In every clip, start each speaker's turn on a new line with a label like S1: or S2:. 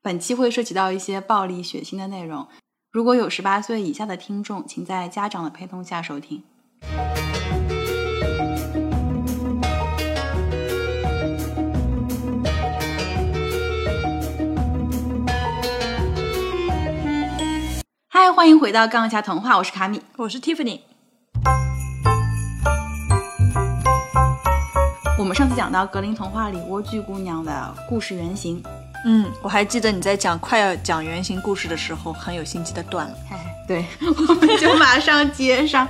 S1: 本期会涉及到一些暴力、血腥的内容，如果有十八岁以下的听众，请在家长的陪同下收听。嗨，欢迎回到《杠一下童话》，我是卡米。
S2: 我是 Tiffany，
S1: 我们上次讲到格林童话里莴苣姑娘的故事原型，
S2: 嗯，我还记得你在讲快要讲原型故事的时候，很有心机的断了。
S1: 哎，对， 我们就马上接上。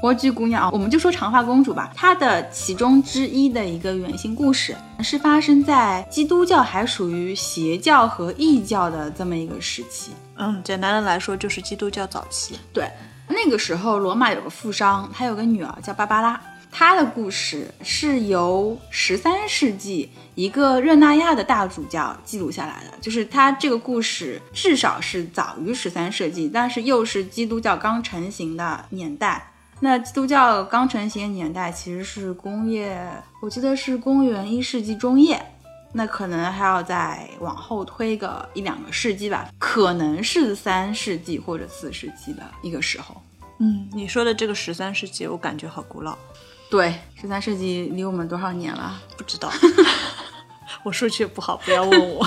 S1: 莴苣姑娘啊，我们就说长发公主吧。她的其中之一的一个原型故事，是发生在基督教还属于邪教和异教的这么一个时期。
S2: 嗯，简单的来说就是基督教早期。
S1: 对，那个时候罗马有个富商，他有个女儿叫芭芭拉。她的故事是由十三世纪一个热那亚的大主教记录下来的，就是他这个故事至少是早于十三世纪，但是又是基督教刚成型的年代。那基督教刚成型的年代其实是工业，我记得是公元一世纪中叶，那可能还要再往后推个一两个世纪吧，可能是三世纪或者四世纪的一个时候。
S2: 嗯，你说的这个十三世纪，我感觉好古老，
S1: 对，十三世纪离我们多少年了？
S2: 不知 道。我数学不好，不要问我。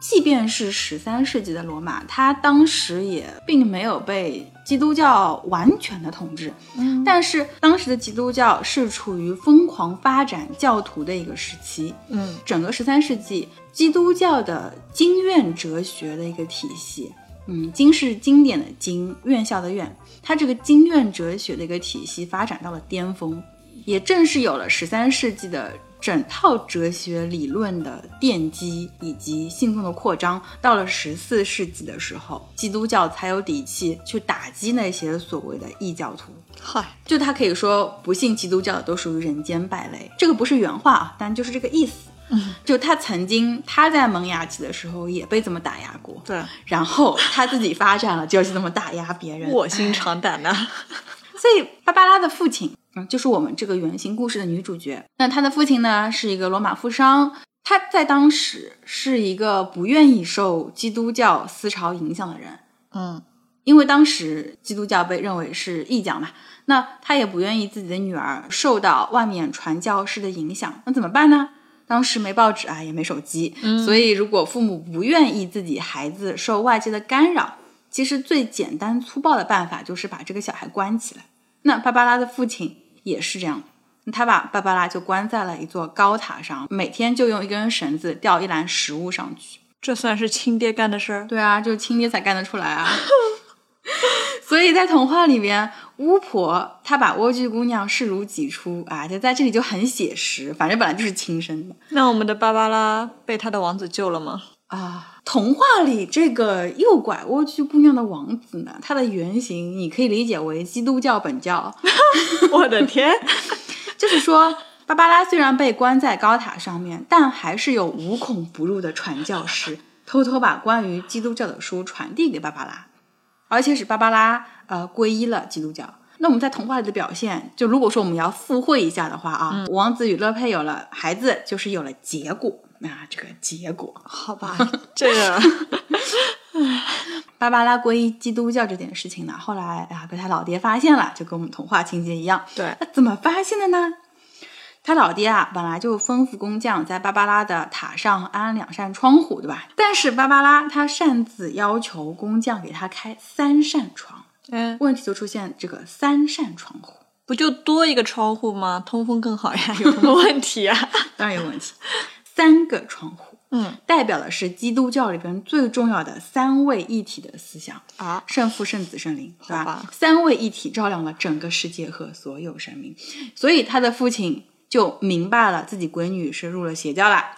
S1: 即便是十三世纪的罗马，它当时也并没有被基督教完全的统治，
S2: 嗯
S1: 但是当时的基督教是处于疯狂发展教徒的一个时期。
S2: 嗯
S1: 整个十三世纪，基督教的经院哲学的一个体系，嗯，经是经典的经，院校的院，它这个经院哲学的一个体系发展到了巅峰，也正是有了十三世纪的整套哲学理论的奠基以及信奉的扩张。到了十四世纪的时候，基督教才有底气去打击那些所谓的异教徒。
S2: 嗨，
S1: 就他可以说，不信基督教的都属于人间败类。这个不是原话啊，但就是这个意思。
S2: 嗯，
S1: 就他曾经他在萌芽期的时候也被这么打压过，
S2: 对，
S1: 然后他自己发展了，就是这么打压别人。
S2: 我心肠胆呐、
S1: 所以芭芭拉的父亲，嗯，就是我们这个原型故事的女主角。那她的父亲呢，是一个罗马富商，他在当时是一个不愿意受基督教思潮影响的人。
S2: 嗯
S1: 因为当时基督教被认为是异教嘛，那他也不愿意自己的女儿受到外面传教士的影响，那怎么办呢？当时没报纸啊，也没手机，所以如果父母不愿意自己孩子受外界的干扰，其实最简单粗暴的办法就是把这个小孩关起来。那芭芭拉的父亲也是这样的，他把芭芭拉就关在了一座高塔上，每天就用一根绳子吊一篮食物上去。
S2: 这算是亲爹干的事儿。
S1: 对啊，就是亲爹才干得出来啊。 所以在童话里面，巫婆她把莴苣姑娘视如己出啊，就在这里就很写实，反正本来就是亲生的
S2: 那我们的芭芭拉被她的王子救了吗？
S1: 啊。童话里这个诱拐莴苣姑娘的王子呢，他的原型你可以理解为基督教本教，
S2: 我的天！
S1: 就是说。芭芭拉虽然被关在高塔上面，但还是有无孔不入的传教士偷偷把关于基督教的书传递给芭芭拉。而且使芭芭拉呃皈依了基督教。那我们在童话里的表现，就如果说我们要附会一下的话啊，王子与乐佩有了孩子，就是有了结果。那、这个结果，
S2: 好 吧，这个
S1: 芭芭拉皈依基督教这件事情呢，后来啊被他老爹发现了，就跟我们童话情节一样。
S2: 对，
S1: 那怎么发现的呢？他老爹啊，本来就吩咐工匠在芭芭拉的塔上安两扇窗户，对吧？但是芭芭拉她擅自要求工匠给她开三扇窗，
S2: 嗯，
S1: 问题就出现这个三扇窗户，
S2: 不就多一个窗户吗？通风更好 呀，有什么问题啊呀、
S1: 当然有问题。三个窗户
S2: 嗯
S1: 代表的是基督教里边最重要的三位一体的思想：
S2: 啊，
S1: 圣父、圣子、圣灵，对吧？
S2: 好吧
S1: 三位一体照亮了整个世界和所有生命，所以他的父亲就明白了自己闺女是入了 邪教啦。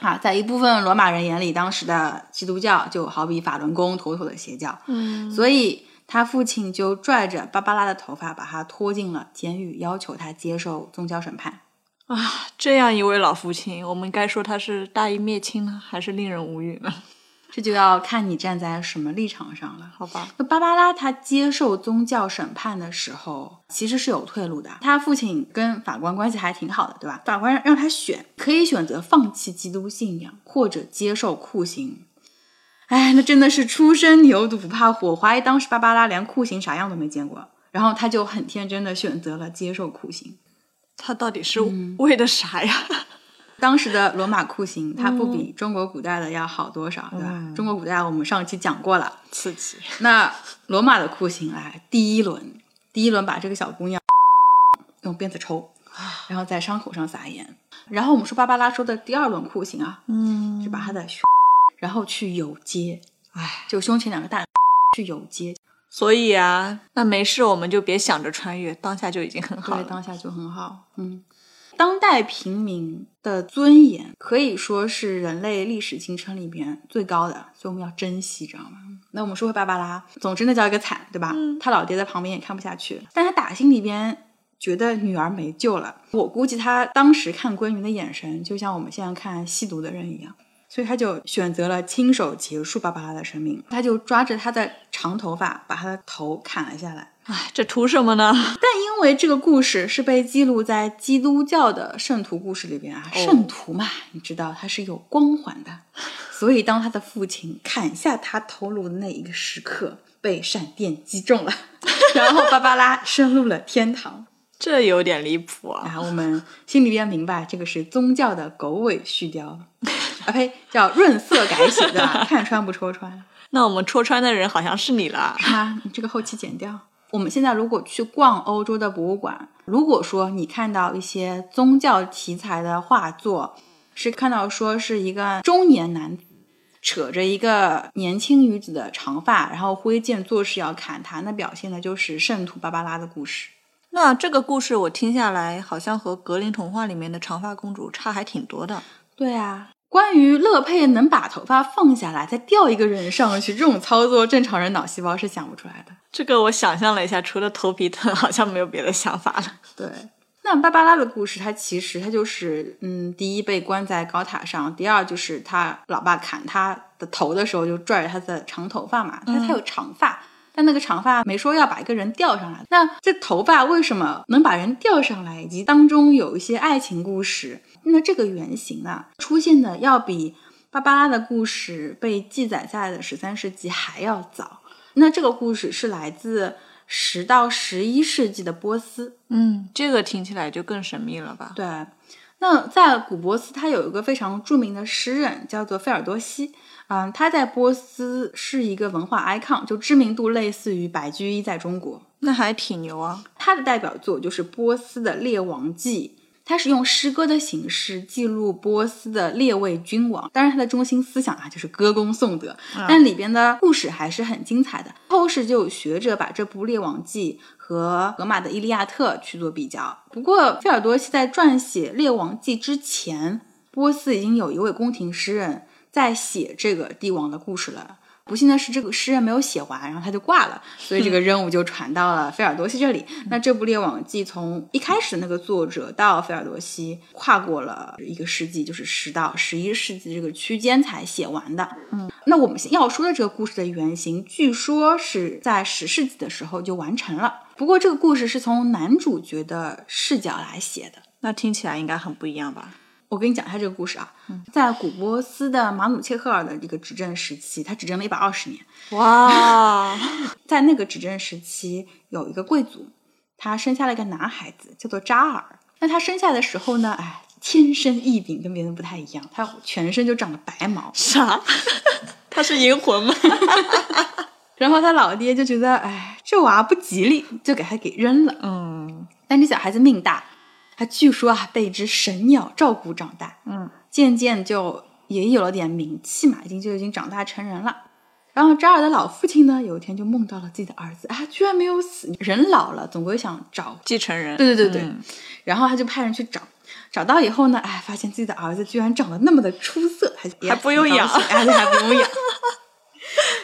S1: 啊，在一部分罗马人眼里，当时的基督教就好比法轮功，妥妥的邪教。
S2: 嗯，
S1: 所以他父亲就拽着芭芭拉的头发，把她拖进了监狱，要求她接受宗教审判。
S2: 这样一位老父亲，我们该说他是大义灭亲呢，还是令人无语呢？
S1: 这就要看你站在什么立场上了。
S2: 好吧，
S1: 那芭芭拉她接受宗教审判的时候，其实是有退路的。她父亲跟法官关系还挺好的，对吧？法官让她选，可以选择放弃基督信仰，或者接受酷刑。哎，那真的是初生牛犊不怕虎。我怀疑当时芭芭拉连酷刑啥样都没见过，然后她就很天真的选择了接受酷刑。
S2: 他到底是为的啥呀？
S1: 当时的罗马酷刑，它不比中国古代的要好多少，对吧？中国古代我们上期讲过了。
S2: 刺激，
S1: 那罗马的酷刑来第一轮，第一轮把这个小姑娘 用鞭子抽，然后在伤口上撒盐。然后我们说芭芭拉说的第二轮酷刑啊，
S2: 嗯，
S1: 是把她的， 然后去游街，
S2: 哎，
S1: 就胸前两个大 去游街，
S2: 所以啊，那没事，我们就别想着穿越，当下就已经很好
S1: 对，
S2: 了。
S1: 当下就很好。嗯，当代平民的尊严可以说是人类历史进程里边最高的，所以我们要珍惜，知道吗？那我们说回芭芭拉，总之那叫一个惨，对吧？
S2: 嗯
S1: 他老爹在旁边也看不下去，但他打心里边觉得女儿没救了。我估计他当时看闺女的眼神，就像我们现在看吸毒的人一样。所以他就选择了亲手结束芭芭拉的生命，他就抓着她的长头发，把她的头砍了下来，
S2: 哎，这图什么呢？
S1: 但因为这个故事是被记录在基督教的圣徒故事里边啊，圣徒嘛，你知道他是有光环的，所以当他的父亲砍下他头颅的那一个时刻，被闪电击中了，然后芭芭拉升入了天堂。
S2: 这有点离谱啊！
S1: 然后我们心里边明白，这个是宗教的狗尾续貂，啊呸，叫润色改写对吧？看穿不戳穿。
S2: 那我们戳穿的人好像是你了。
S1: 啊，你这个后期剪掉。我们现在如果去逛欧洲的博物馆，如果说你看到一些宗教题材的画作，是看到说是一个中年男子扯着一个年轻女子的长发，然后挥剑作势要砍她，那表现的就是圣徒芭芭拉的故事。
S2: 那这个故事我听下来，好像和格林童话里面的长发公主差还挺多的。
S1: 对啊，关于乐佩能把头发放下来再吊一个人上去这种操作，正常人脑细胞是想不出来的。
S2: 这个我想象了一下，除了头皮疼，好像没有别的想法了。
S1: 对，那芭芭拉的故事，它其实它就是，嗯，第一被关在高塔上，第二就是他老爸砍他的头的时候就拽着他的长头发嘛，他他有长发。但那个长发没说要把一个人吊上来，那这头发为什么能把人吊上来，以及当中有一些爱情故事，那这个原型啊出现的要比芭芭拉的故事被记载下来的十三世纪还要早。那这个故事是来自十到十一世纪的波斯，
S2: 嗯，这个听起来就更神秘了吧？
S1: 对，那在古波斯，他有一个非常著名的诗人，叫做费尔多西。嗯，他在波斯是一个文化 icon，就知名度类似于白居易在中国。
S2: 那还挺牛啊！
S1: 他的代表作就是《波斯的列王记》，他是用诗歌的形式记录波斯的列位君王。当然，他的中心思想啊就是歌功颂德，但里边的故事还是很精彩的。后世就有学者把这部《列王记》和荷马的《伊利亚特》去做比较。不过，费尔多西在撰写《列王记》之前，波斯已经有一位宫廷诗人在写这个帝王的故事了。不幸的是，这个诗人没有写完，然后他就挂了，所以这个任务就传到了费尔多西这里。那这部《列王记》从一开始那个作者到费尔多西，跨过了一个世纪，就是十到十一世纪这个区间才写完的。嗯，那我们要说的这个故事的原型，据说是在十世纪的时候就完成了。不过这个故事是从男主角的视角来写的。
S2: 那听起来应该很不一样吧？
S1: 我跟你讲一下这个故事啊，在古波斯的马努切赫尔的这个执政时期，他执政了一百二十年。
S2: 哇，
S1: 在那个执政时期，有一个贵族，他生下了一个男孩子，叫做扎尔。那他生下的时候呢，哎，天生异禀，跟别人不太一样，他全身就长了白毛。
S2: 啥？他是银魂吗？
S1: 然后他老爹就觉得，哎，这娃不吉利，就给他给扔了。
S2: 嗯，
S1: 但这小孩子命大，他据说啊被一只神鸟照顾长大，
S2: 嗯，
S1: 渐渐就也有了点名气嘛，已经就已经长大成人了。然后扎尔的老父亲呢，有一天就梦到了自己的儿子啊，居然没有死。人老了，总归想找
S2: 继承人。
S1: 对对对对
S2: 嗯
S1: 然后他就派人去找，找到以后呢，哎，发现自己的儿子居然长得那么的出色，还
S2: 还不用养
S1: 哎，对还不 用养，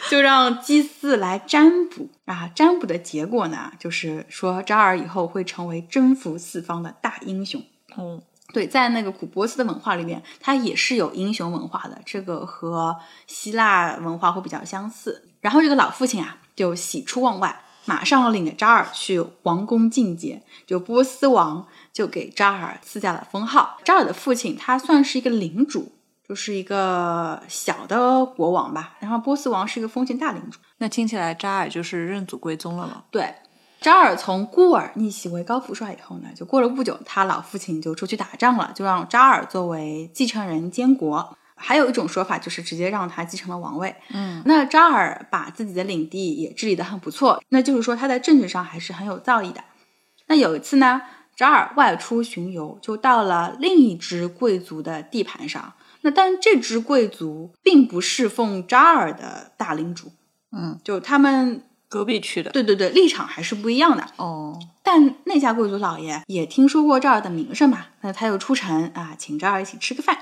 S1: 就让祭祀来占卜啊。占卜的结果呢，就是说扎尔以后会成为征服四方的大英雄。
S2: 嗯，
S1: 对，在那个古波斯的文化里面，它也是有英雄文化的，这个和希腊文化会比较相似。然后这个老父亲啊，就喜出望外，马上领着扎尔去王宫觐见，就波斯王就给扎尔赐下了封号。扎尔的父亲他算是一个领主，就是一个小的国王吧，然后波斯王是一个封建大领主。
S2: 那听起来扎尔就是认祖归宗了了。
S1: 对，扎尔从孤儿逆袭为高富帅以后呢，就过了不久，他老父亲就出去打仗了，就让扎尔作为继承人监国。还有一种说法就是直接让他继承了王位。
S2: 嗯，
S1: 那扎尔把自己的领地也治理得很不错，那就是说他在政治上还是很有造诣的。那有一次呢，扎尔外出巡游，就到了另一支贵族的地盘上。那但这支贵族并不侍奉扎尔的大领主，
S2: 嗯，
S1: 就他们
S2: 隔壁去的。
S1: 对对对立场还是不一样的。
S2: 哦，
S1: 但那家贵族老爷也听说过这儿的名声嘛，那他又出城啊，请这儿一起吃个饭。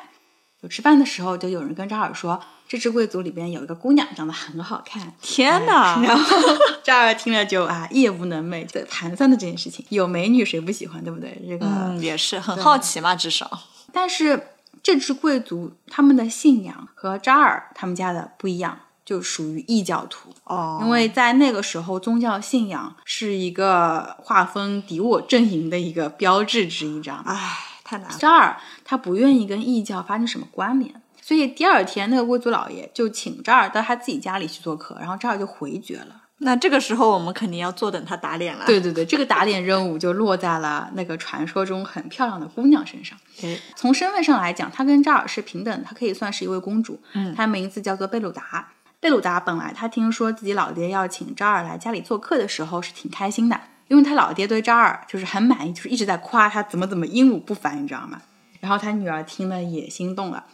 S1: 就吃饭的时候，就有人跟扎尔说，这支贵族里边有一个姑娘长得很好看。
S2: 天哪！
S1: 然后扎尔听了就啊，夜不能寐，在盘算的这件事情，有美女谁不喜欢，对不对？这个，
S2: 嗯，也是很好奇嘛，至少。
S1: 但是这支贵族他们的信仰和扎尔他们家的不一样，就属于异教徒。
S2: 哦
S1: 因为在那个时候，宗教信仰是一个划分敌我阵营的一个标志之一，这样。
S2: 唉，哎太难了。
S1: 扎尔他不愿意跟异教发生什么关联，所以第二天那个贵族老爷就请扎尔到他自己家里去做客，然后扎尔就回绝了。
S2: 那这个时候我们肯定要坐等他打脸了。，
S1: 对对对，这个打脸任务就落在了那个传说中很漂亮的姑娘身上。
S2: 哎
S1: 从身份上来讲，她跟扎尔是平等的，她可以算是一位公主。
S2: 嗯
S1: 她名字叫做贝鲁达。贝鲁达本来她听说自己老爹要请扎尔来家里做客的时候是挺开心的，因为她老爹对扎尔就是很满意，就是一直在夸他怎么怎么英武不凡，你知道吗？然后她女儿听了也心动了，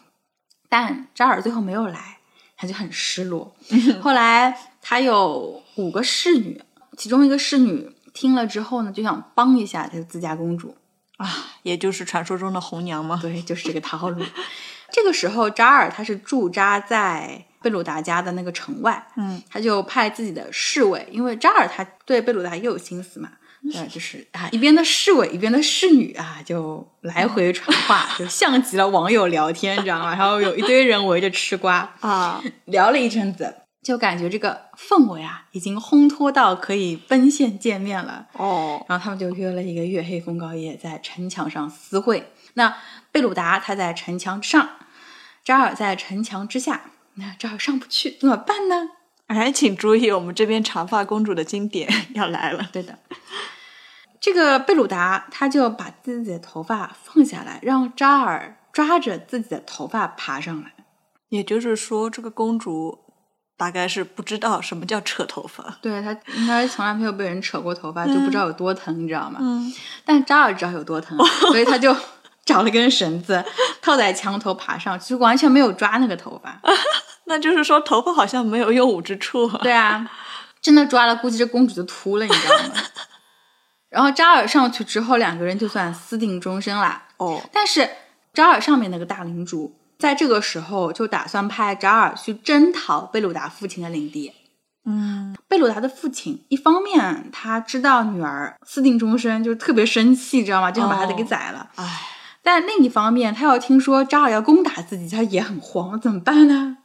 S1: 但扎尔最后没有来，她就很失落。后来她有五个侍女，其中一个侍女听了之后呢，就想帮一下她的自家公主，
S2: 啊也就是传说中的红娘 嘛。
S1: 对，就是这个套路。这个时候，扎尔他是驻扎在贝鲁达家的那个城外，
S2: 嗯，
S1: 他就派自己的侍卫，因为扎尔他对贝鲁达也有心思嘛，呃，就是啊，一边的侍卫，一边的侍女啊，就来回传话，就像极了网友聊天，你知道吗？然后有一堆人围着吃瓜，
S2: 啊，
S1: 聊了一阵子，就感觉这个氛围啊，已经烘托到可以奔现见面了。
S2: 哦，
S1: 然后他们就约了一个月黑风高夜，在城墙上私会。那贝鲁达他在城墙上，扎尔在城墙之下，那扎尔上不去怎么办呢？
S2: 哎，请注意，我们这边长发公主的经典 要来了。
S1: 对的，这个贝鲁达他就把自己的头发放下来，让扎尔抓着自己的头发爬上来。
S2: 也就是说，这个公主大概是不知道什么叫扯头发。
S1: 对他应该从来没有被人扯过头发，就不知道有多疼，你知道吗？
S2: 嗯，
S1: 但扎尔知道有多疼，所以他就找了根绳子套在墙头爬上去，就完全没有抓那个头发。
S2: 那就是说头发好像没有用武之处。
S1: 对啊，真的抓了，估计这公主就秃了，你知道吗？ 然后扎尔上去之后，两个人就算私定终身啦。
S2: 哦，
S1: 但是扎尔上面那个大领主，在这个时候就打算派扎尔去征讨贝鲁达父亲的领地。
S2: 嗯，
S1: 贝鲁达的父亲，一方面他知道女儿私定终身，就是特别生气，知道吗？就想把他给宰了。
S2: 哎，
S1: 但另一方面，他要听说扎尔要攻打自己，他也很慌，怎么办呢？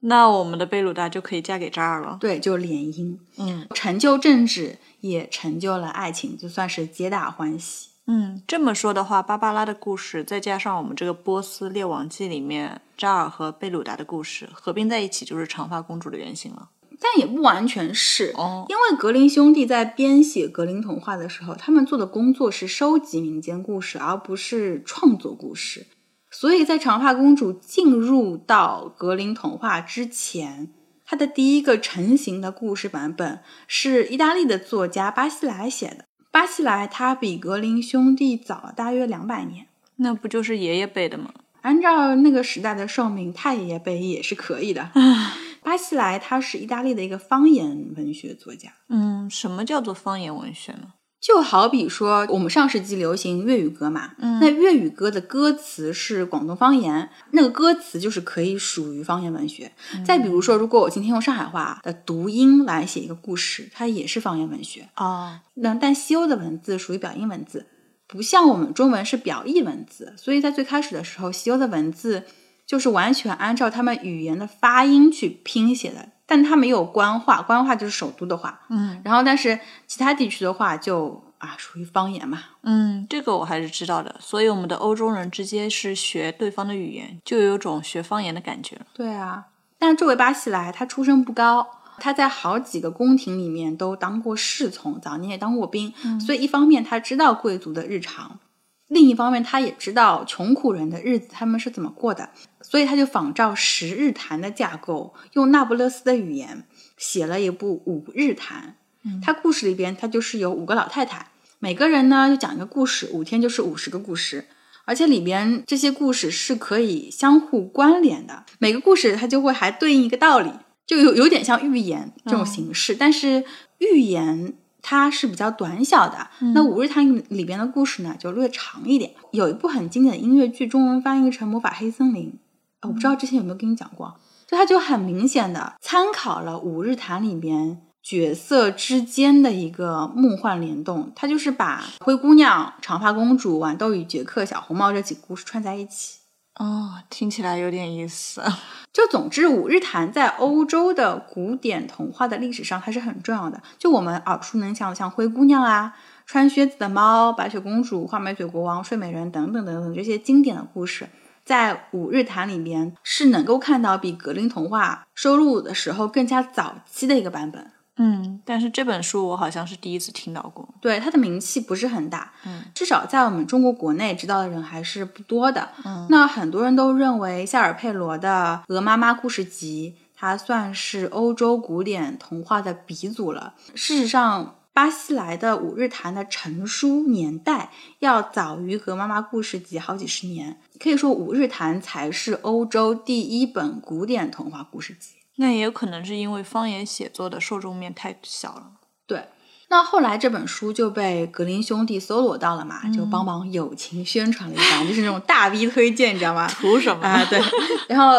S2: 那我们的贝鲁达就可以嫁给扎尔了。
S1: 对，就联姻，
S2: 嗯
S1: 成就政治，也成就了爱情，就算是皆大欢喜。
S2: 嗯，这么说的话，芭芭拉的故事，再加上我们这个《波斯列王记》里面扎尔和贝鲁达的故事合并在一起，就是长发公主的原型了。
S1: 但也不完全是，
S2: 哦，
S1: 因为格林兄弟在编写格林童话的时候，他们做的工作是收集民间故事，而不是创作故事。所以在长发公主进入到格林童话之前，她的第一个成型的故事版本是意大利的作家巴西莱写的。巴西莱他比格林兄弟早了大约两百年，
S2: 那不就是爷爷辈的吗？
S1: 按照那个时代的寿命，太爷爷辈也是可以的。巴西莱他是意大利的一个方言文学作家。
S2: 嗯，什么叫做方言文学呢？
S1: 就好比说，我们上世纪流行粤语歌嘛，
S2: 嗯
S1: 那粤语歌的歌词是广东方言，那个歌词就是可以属于方言文学。再比如说，如果我今天用上海话的读音来写一个故事，它也是方言文学。
S2: 啊，
S1: 那但西欧的文字属于表音文字，不像我们中文是表意文字，所以在最开始的时候，西欧的文字就是完全按照他们语言的发音去拼写的，但它没有官话，官话就是首都的话，嗯，然后但是其他地区的话就啊属于方言嘛，
S2: 嗯，这个我还是知道的。所以我们的欧洲人直接是学对方的语言，就有种学方言的感觉了。
S1: 对啊，但是这位巴西莱他出身不高，他在好几个宫廷里面都当过侍从，早年也当过兵，所以一方面他知道贵族的日常，另一方面他也知道穷苦人的日子他们是怎么过的，所以他就仿照十日谈的架构，用那不勒斯的语言写了一部五日谈。他故事里边，他就是有五个老太太，每个人呢就讲一个故事，五天就是五十个故事。而且里边这些故事是可以相互关联的，每个故事它就会还对应一个道理，就有有点像寓言这种形式。但是寓言它是比较短小的，那五日谈里边的故事呢就略长一点。有一部很经典的音乐剧，中文翻译成《魔法黑森林》呃，我不知道之前有没有跟你讲过，就它就很明显的参考了五日谈里面。角色之间的一个梦幻联动，它就是把灰姑娘、长发公主、豌豆与杰克、小红帽这几个故事串在一起。
S2: 哦，听起来有点意思。啊
S1: 就总之，五日谈在欧洲的古典童话的历史上还是很重要的。就我们耳熟能详的，像灰姑娘啊、穿靴子的猫、白雪公主、画眉嘴国王、睡美人等等等等这些经典的故事，在五日谈里边是能够看到比格林童话收录的时候更加早期的一个版本。
S2: 嗯，但是这本书我好像是第一次听到过。
S1: 对，它的名气不是很大，
S2: 嗯，
S1: 至少在我们中国国内知道的人还是不多的。嗯，那很多人都认为夏尔佩罗的《鹅妈妈故事集》，它算是欧洲古典童话的鼻祖了。事实上，巴西莱的《五日谈》的成书年代要早于《鹅妈妈故事集》好几十年，可以说《五日谈》才是欧洲第一本古典童话故事集。
S2: 那也有可能是因为方言写作的受众面太小了。
S1: 对，那后来这本书就被格林兄弟搜罗到了嘛，就帮忙友情宣传了一番，就是那种大 V 推荐，你知道吗？
S2: 图 什
S1: 啊，对。然后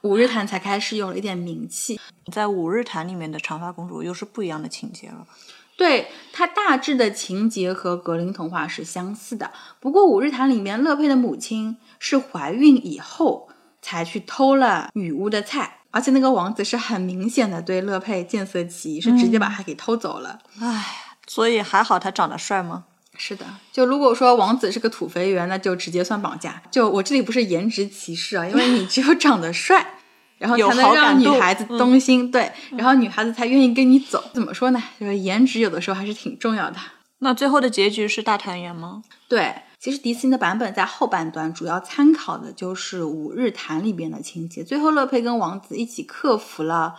S1: 五日谈才开始有了一点名气。
S2: 在《五日谈》里面的长发公主又是不一样的情节了吧？
S1: 对它大致的情节和格林童话是相似的，不过《五日谈》里面乐佩的母亲是怀孕以后才去偷了女巫的菜，而且那个王子是很明显的对乐佩见色起意，是直接把她给偷走了。
S2: 唉，所以还好他长得帅吗？
S1: 是的，就如果说王子是个土肥圆，那就直接算绑架。就我这里不是颜值歧视啊，因为你只有长得帅，然后
S2: 有
S1: 才能
S2: 好感
S1: 让女
S2: 度嗯
S1: 孩子动心，对，然后女孩子才愿意跟你走。怎么说呢？就是颜值有的时候还是挺重要的。
S2: 那最后的结局是大团圆吗？
S1: 对，其实迪士尼的版本在后半段主要参考的就是《五日谈》里边的情节。最后，乐佩跟王子一起克服了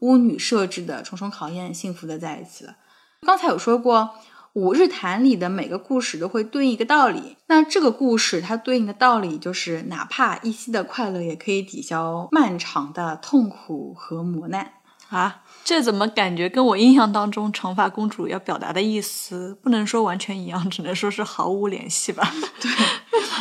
S1: 巫女设置的重重考验，幸福的在一起了。刚才有说过，《五日谈》里的每个故事都会对应一个道理。那这个故事它对应的道理就是，哪怕一夕的快乐，也可以抵消漫长的痛苦和磨难。
S2: 啊，这怎么感觉跟我印象当中长发公主要表达的意思，不能说完全一样，只能说是毫无联系吧？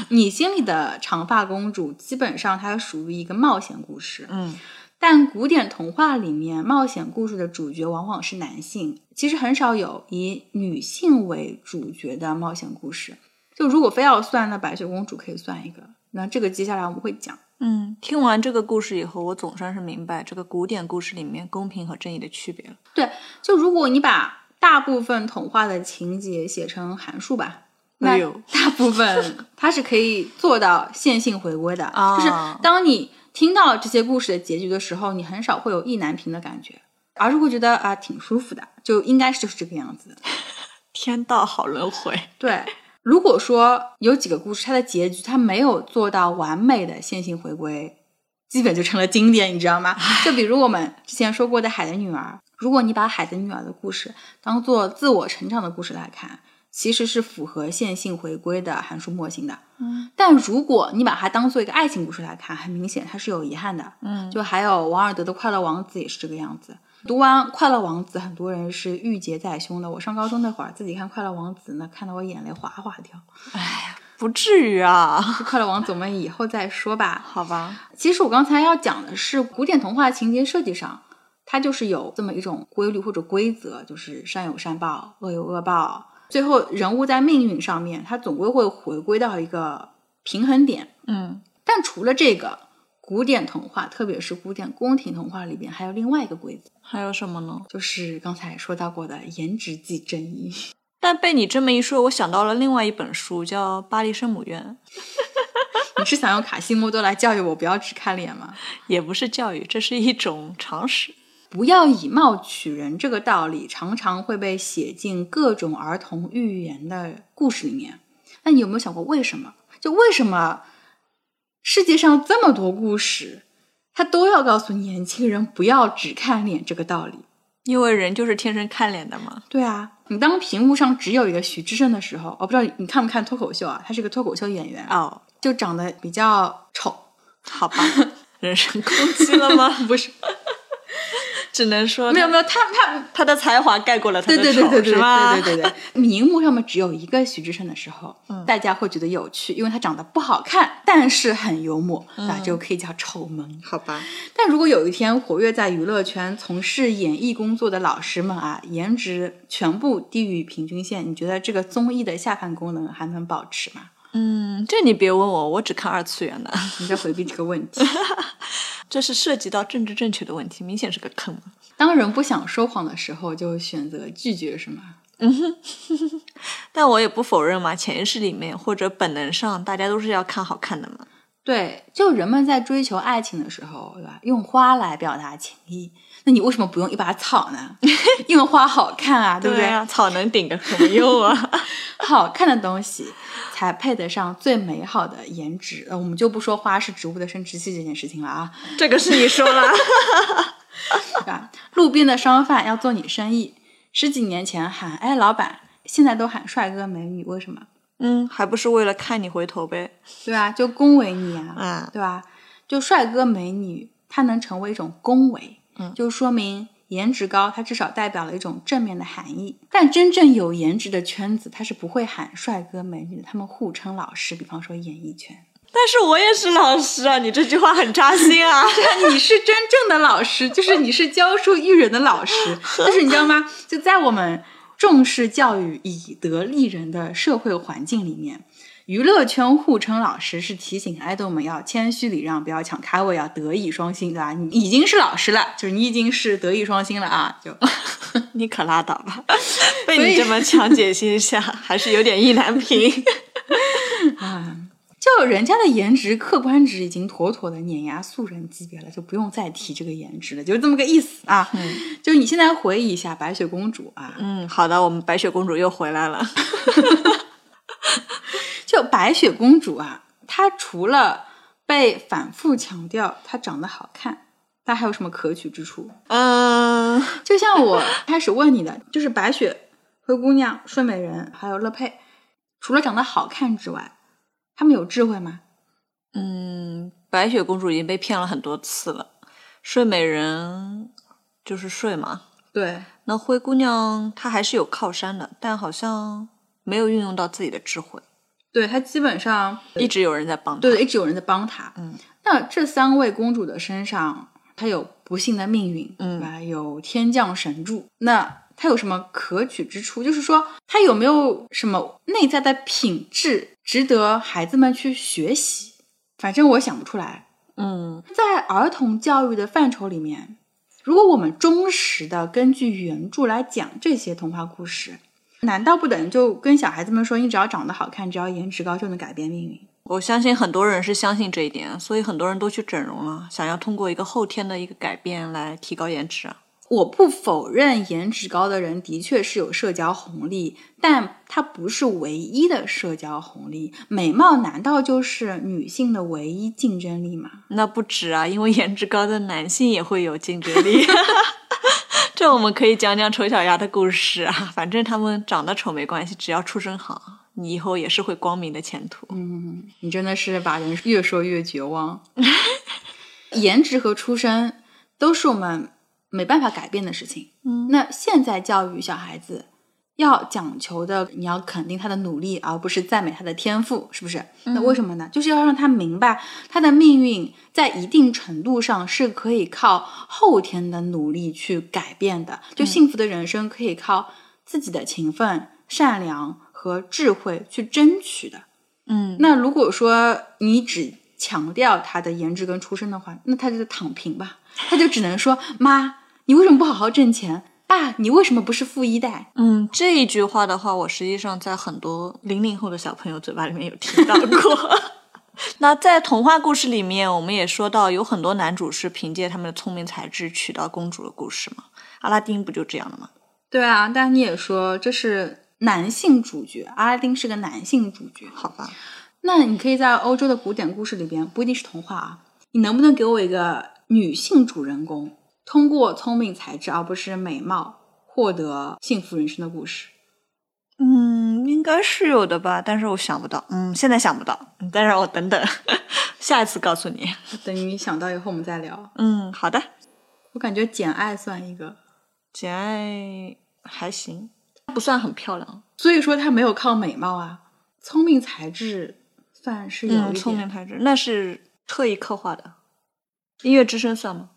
S1: 你心里的长发公主，基本上它属于一个冒险故事。
S2: 嗯，
S1: 但古典童话里面冒险故事的主角往往是男性，其实很少有以女性为主角的冒险故事。就如果非要算，那白雪公主可以算一个。那这个接下来我们会讲。
S2: 嗯，听完这个故事以后，我总算是明白这个古典故事里面公平和正义的区别了。
S1: 对，就如果你把大部分童话的情节写成函数吧，那
S2: 哎呦，
S1: 大部 分它是可以做到线性回归的，
S2: 啊
S1: 就是当你听到这些故事的结局的时候，你很少会有意难平的感觉，而是会觉得啊挺舒服的，就应该是就是这个样子的。
S2: 天道好轮回。
S1: 对，如果说有几个故事它的结局它没有做到完美的线性回归，基本就成了经典，你知道吗？就比如我们之前说过的《海的女儿》，如果你把《海的女儿》的故事当做自我成长的故事来看，其实是符合线性回归的函数模型的。
S2: 嗯，
S1: 但如果你把它当做一个爱情故事来看，很明显它是有遗憾的。
S2: 嗯，
S1: 就还有王尔德的《快乐王子》也是这个样子。读完《快乐王子》，很多人是郁结在胸的。我上高中那会儿自己看《快乐王子》呢，看得我眼泪哗哗掉。
S2: 不至于啊，
S1: 《快乐王子》我们以后再说吧。
S2: 好吧，
S1: 其实我刚才要讲的是古典童话情节设计上，它就是有这么一种规律或者规则，就是善有善报，恶有恶报。最后人物在命运上面，他总归会回归到一个平衡点。
S2: 嗯
S1: 但除了这个，古典童话，特别是古典宫廷童话里边，还有另外一个规则，
S2: 还有什么呢？
S1: 就是刚才说到过的颜值即正义。
S2: 但被你这么一说，我想到了另外一本书，叫《巴黎圣母院
S1: 你是想用卡西莫多来教育我不要只看脸吗？》，
S2: 也不是教育，这是一种常识。
S1: 不要以貌取人这个道理，常常会被写进各种儿童寓言的故事里面。那你有没有想过为什么？就为什么世界上这么多故事，它都要告诉年轻人不要只看脸这个道理？
S2: 因为人就是天生看脸的嘛。
S1: 对啊，你当屏幕上只有一个徐志胜的时候，我不知道你看不看脱口秀啊？他是个脱口秀演员，啊
S2: 哦，
S1: 就长得比较丑，
S2: 好吧，人身攻击了 吗？
S1: 不是？
S2: 只能说
S1: 没有没有，他他
S2: 他的才华盖过了他
S1: 对
S2: 的
S1: 对
S2: 丑，
S1: 对对对
S2: 是吧？
S1: 对对对对，荧幕上面只有一个徐志胜的时候，
S2: 嗯
S1: 大家会觉得有趣，因为他长得不好看，但是很幽默，
S2: 嗯
S1: 那就可以叫丑萌。
S2: 好吧，
S1: 但如果有一天活跃在娱乐圈、从事演艺工作的老师们啊，颜值全部低于平均线，你觉得这个综艺的下饭功能还能保持吗？
S2: 嗯，这你别问我，我只看二次元的，
S1: 你在回避这个问 题。
S2: 这是涉及到政治正确的问题，明显是个坑。
S1: 当人不想说谎的时候，就选择拒绝，是吗？
S2: 但我也不否认嘛，潜意识里面或者本能上，大家都是要看好看的嘛。
S1: 对，就人们在追求爱情的时候，对吧？用花来表达情意，那你为什么不用一把草呢？ 因为花好看啊，对不对？
S2: 啊，草能顶个什么用啊？
S1: 好看的东西才配得上最美好的颜值。呃，我们就不说花是植物的生殖器这件事情了啊，
S2: 这个是你说了。
S1: 对吧？路边的商贩要做你生意，十几年前喊“哎，老板”，现在都喊帅哥美女，为什么？
S2: 嗯，还不是为了看你回头呗。
S1: 对吧？就恭维你啊，
S2: 啊，
S1: 对吧？就帅哥美女，它能成为一种恭维，
S2: 嗯
S1: 就说明颜值高，它至少代表了一种正面的含义。但真正有颜值的圈子，它是不会喊帅哥美女的，他们互称老师，比方说演艺圈。
S2: 但是我也是老师啊，你这句话很扎心啊。
S1: 但你是真正的老师，就是你是教书育人的老师。但是你知道吗？就在我们重视教育、以德立人的社会环境里面，娱乐圈互称老师是提醒爱豆们要谦虚礼让，不要抢咖位，要德艺双馨，对吧？你已经是老师了，就是你已经是德艺双馨了啊！就
S2: 你可拉倒 吧，被
S1: 所以
S2: 你这么强解析一下，还是有点意难 平。
S1: 就人家的颜值客观值已经妥妥的碾压素人级别了，就不用再提这个颜值了，就是这么个意思啊。就你现在回忆一下白雪公主啊，
S2: 嗯，好的，我们白雪公主又回来了。
S1: 就白雪公主啊，她除了被反复强调她长得好看，她还有什么可取之处？
S2: 嗯，
S1: 就像 我开始问你的，就是白雪、灰姑娘、睡美人还有乐佩，除了长得好看之外，她们有智慧吗？
S2: 嗯，白雪公主已经被骗了很多次了，睡美人就是睡嘛。
S1: 对，
S2: 那灰姑娘她还是有靠山的，但好像没有运用到自己的智慧，
S1: 对，她基本上
S2: 一直有人在帮她。
S1: 对，一直有人在帮她。
S2: 嗯，
S1: 那这三位公主的身上，她有不幸的命运，对
S2: 嗯
S1: 吧？有天降神助，那她有什么可取之处？就是说，她有没有什么内在的品质值得孩子们去学习？反正我想不出来。
S2: 嗯
S1: 在儿童教育的范畴里面，如果我们忠实的根据原著来讲这些童话故事，难道不等于就跟小孩子们说，你只要长得好看，只要颜值高，就能改变命运？
S2: 我相信很多人是相信这一点，所以很多人都去整容了，想要通过一个后天的一个改变来提高颜值啊。
S1: 我不否认颜值高的人的确是有社交红利，但它不是唯一的社交红利。美貌难道就是女性的唯一竞争力吗？
S2: 那不止啊，因为颜值高的男性也会有竞争力。 这我们可以讲讲丑小鸭的故事啊，反正他们长得丑没关系，只要出身好，你以后也是会光明的前途。
S1: 你真的是把人越说越绝望。 颜值和出身都是我们没办法改变的事情。
S2: 嗯，
S1: 那现在教育小孩子要讲求的，你要肯定他的努力，而不是赞美他的天赋，是不是？那为什么呢？就是要让他明白，他的命运在一定程度上是可以靠后天的努力去改变的。就幸福的人生可以靠自己的勤奋、善良和智慧去争取的。
S2: 嗯，
S1: 那如果说你只强调他的颜值跟出身的话，那他就躺平吧，他就只能说：“妈，你为什么不好好挣钱？爸，你为什么不是富一代？”
S2: 嗯，这一句话的话，我实际上在很多零零后的小朋友嘴巴里面有听到过。 那在童话故事里面，我们也说到有很多男主是凭借他们的聪明才智娶到公主的故事嘛。阿拉丁不就这样的吗？
S1: 对啊，但你也说这是男性主角，阿拉丁是个男性主角。
S2: 好吧，
S1: 那你可以在欧洲的古典故事里边，不一定是童话啊，你能不能给我一个女性主人公，通过聪明才智而不是美貌获得幸福人生的故事？
S2: 嗯，应该是有的吧，但是我想不到，嗯，现在想不到，嗯再让我等 等，下一次告诉你。
S1: 等你想到以后我们再聊。
S2: 嗯，好的，《
S1: 我感觉《简爱》算一个，
S2: 简爱》还行，不算很漂亮，
S1: 所以说它没有靠美貌啊，聪明才智算是有一点。
S2: 嗯，聪明才智那是特意刻画的，《音乐之声》算吗？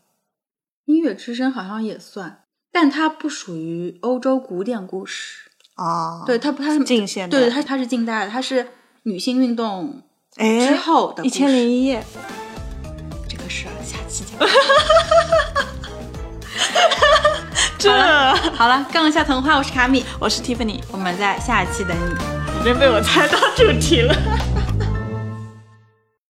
S1: 音乐之声好像也算，但它不属于欧洲古典故事。
S2: 啊，
S1: 对，，它不，它
S2: 近现代
S1: 对它它是近代的，它是女性运动之
S2: 哎，
S1: 后的
S2: 一千零
S1: 一
S2: 一夜，
S1: 这个事儿下期 讲。
S2: 这
S1: 好了，杠一下童话，我是卡米，
S2: 我是 Tiffany，
S1: 我们在下期等你。
S2: 已经被我猜到主题了。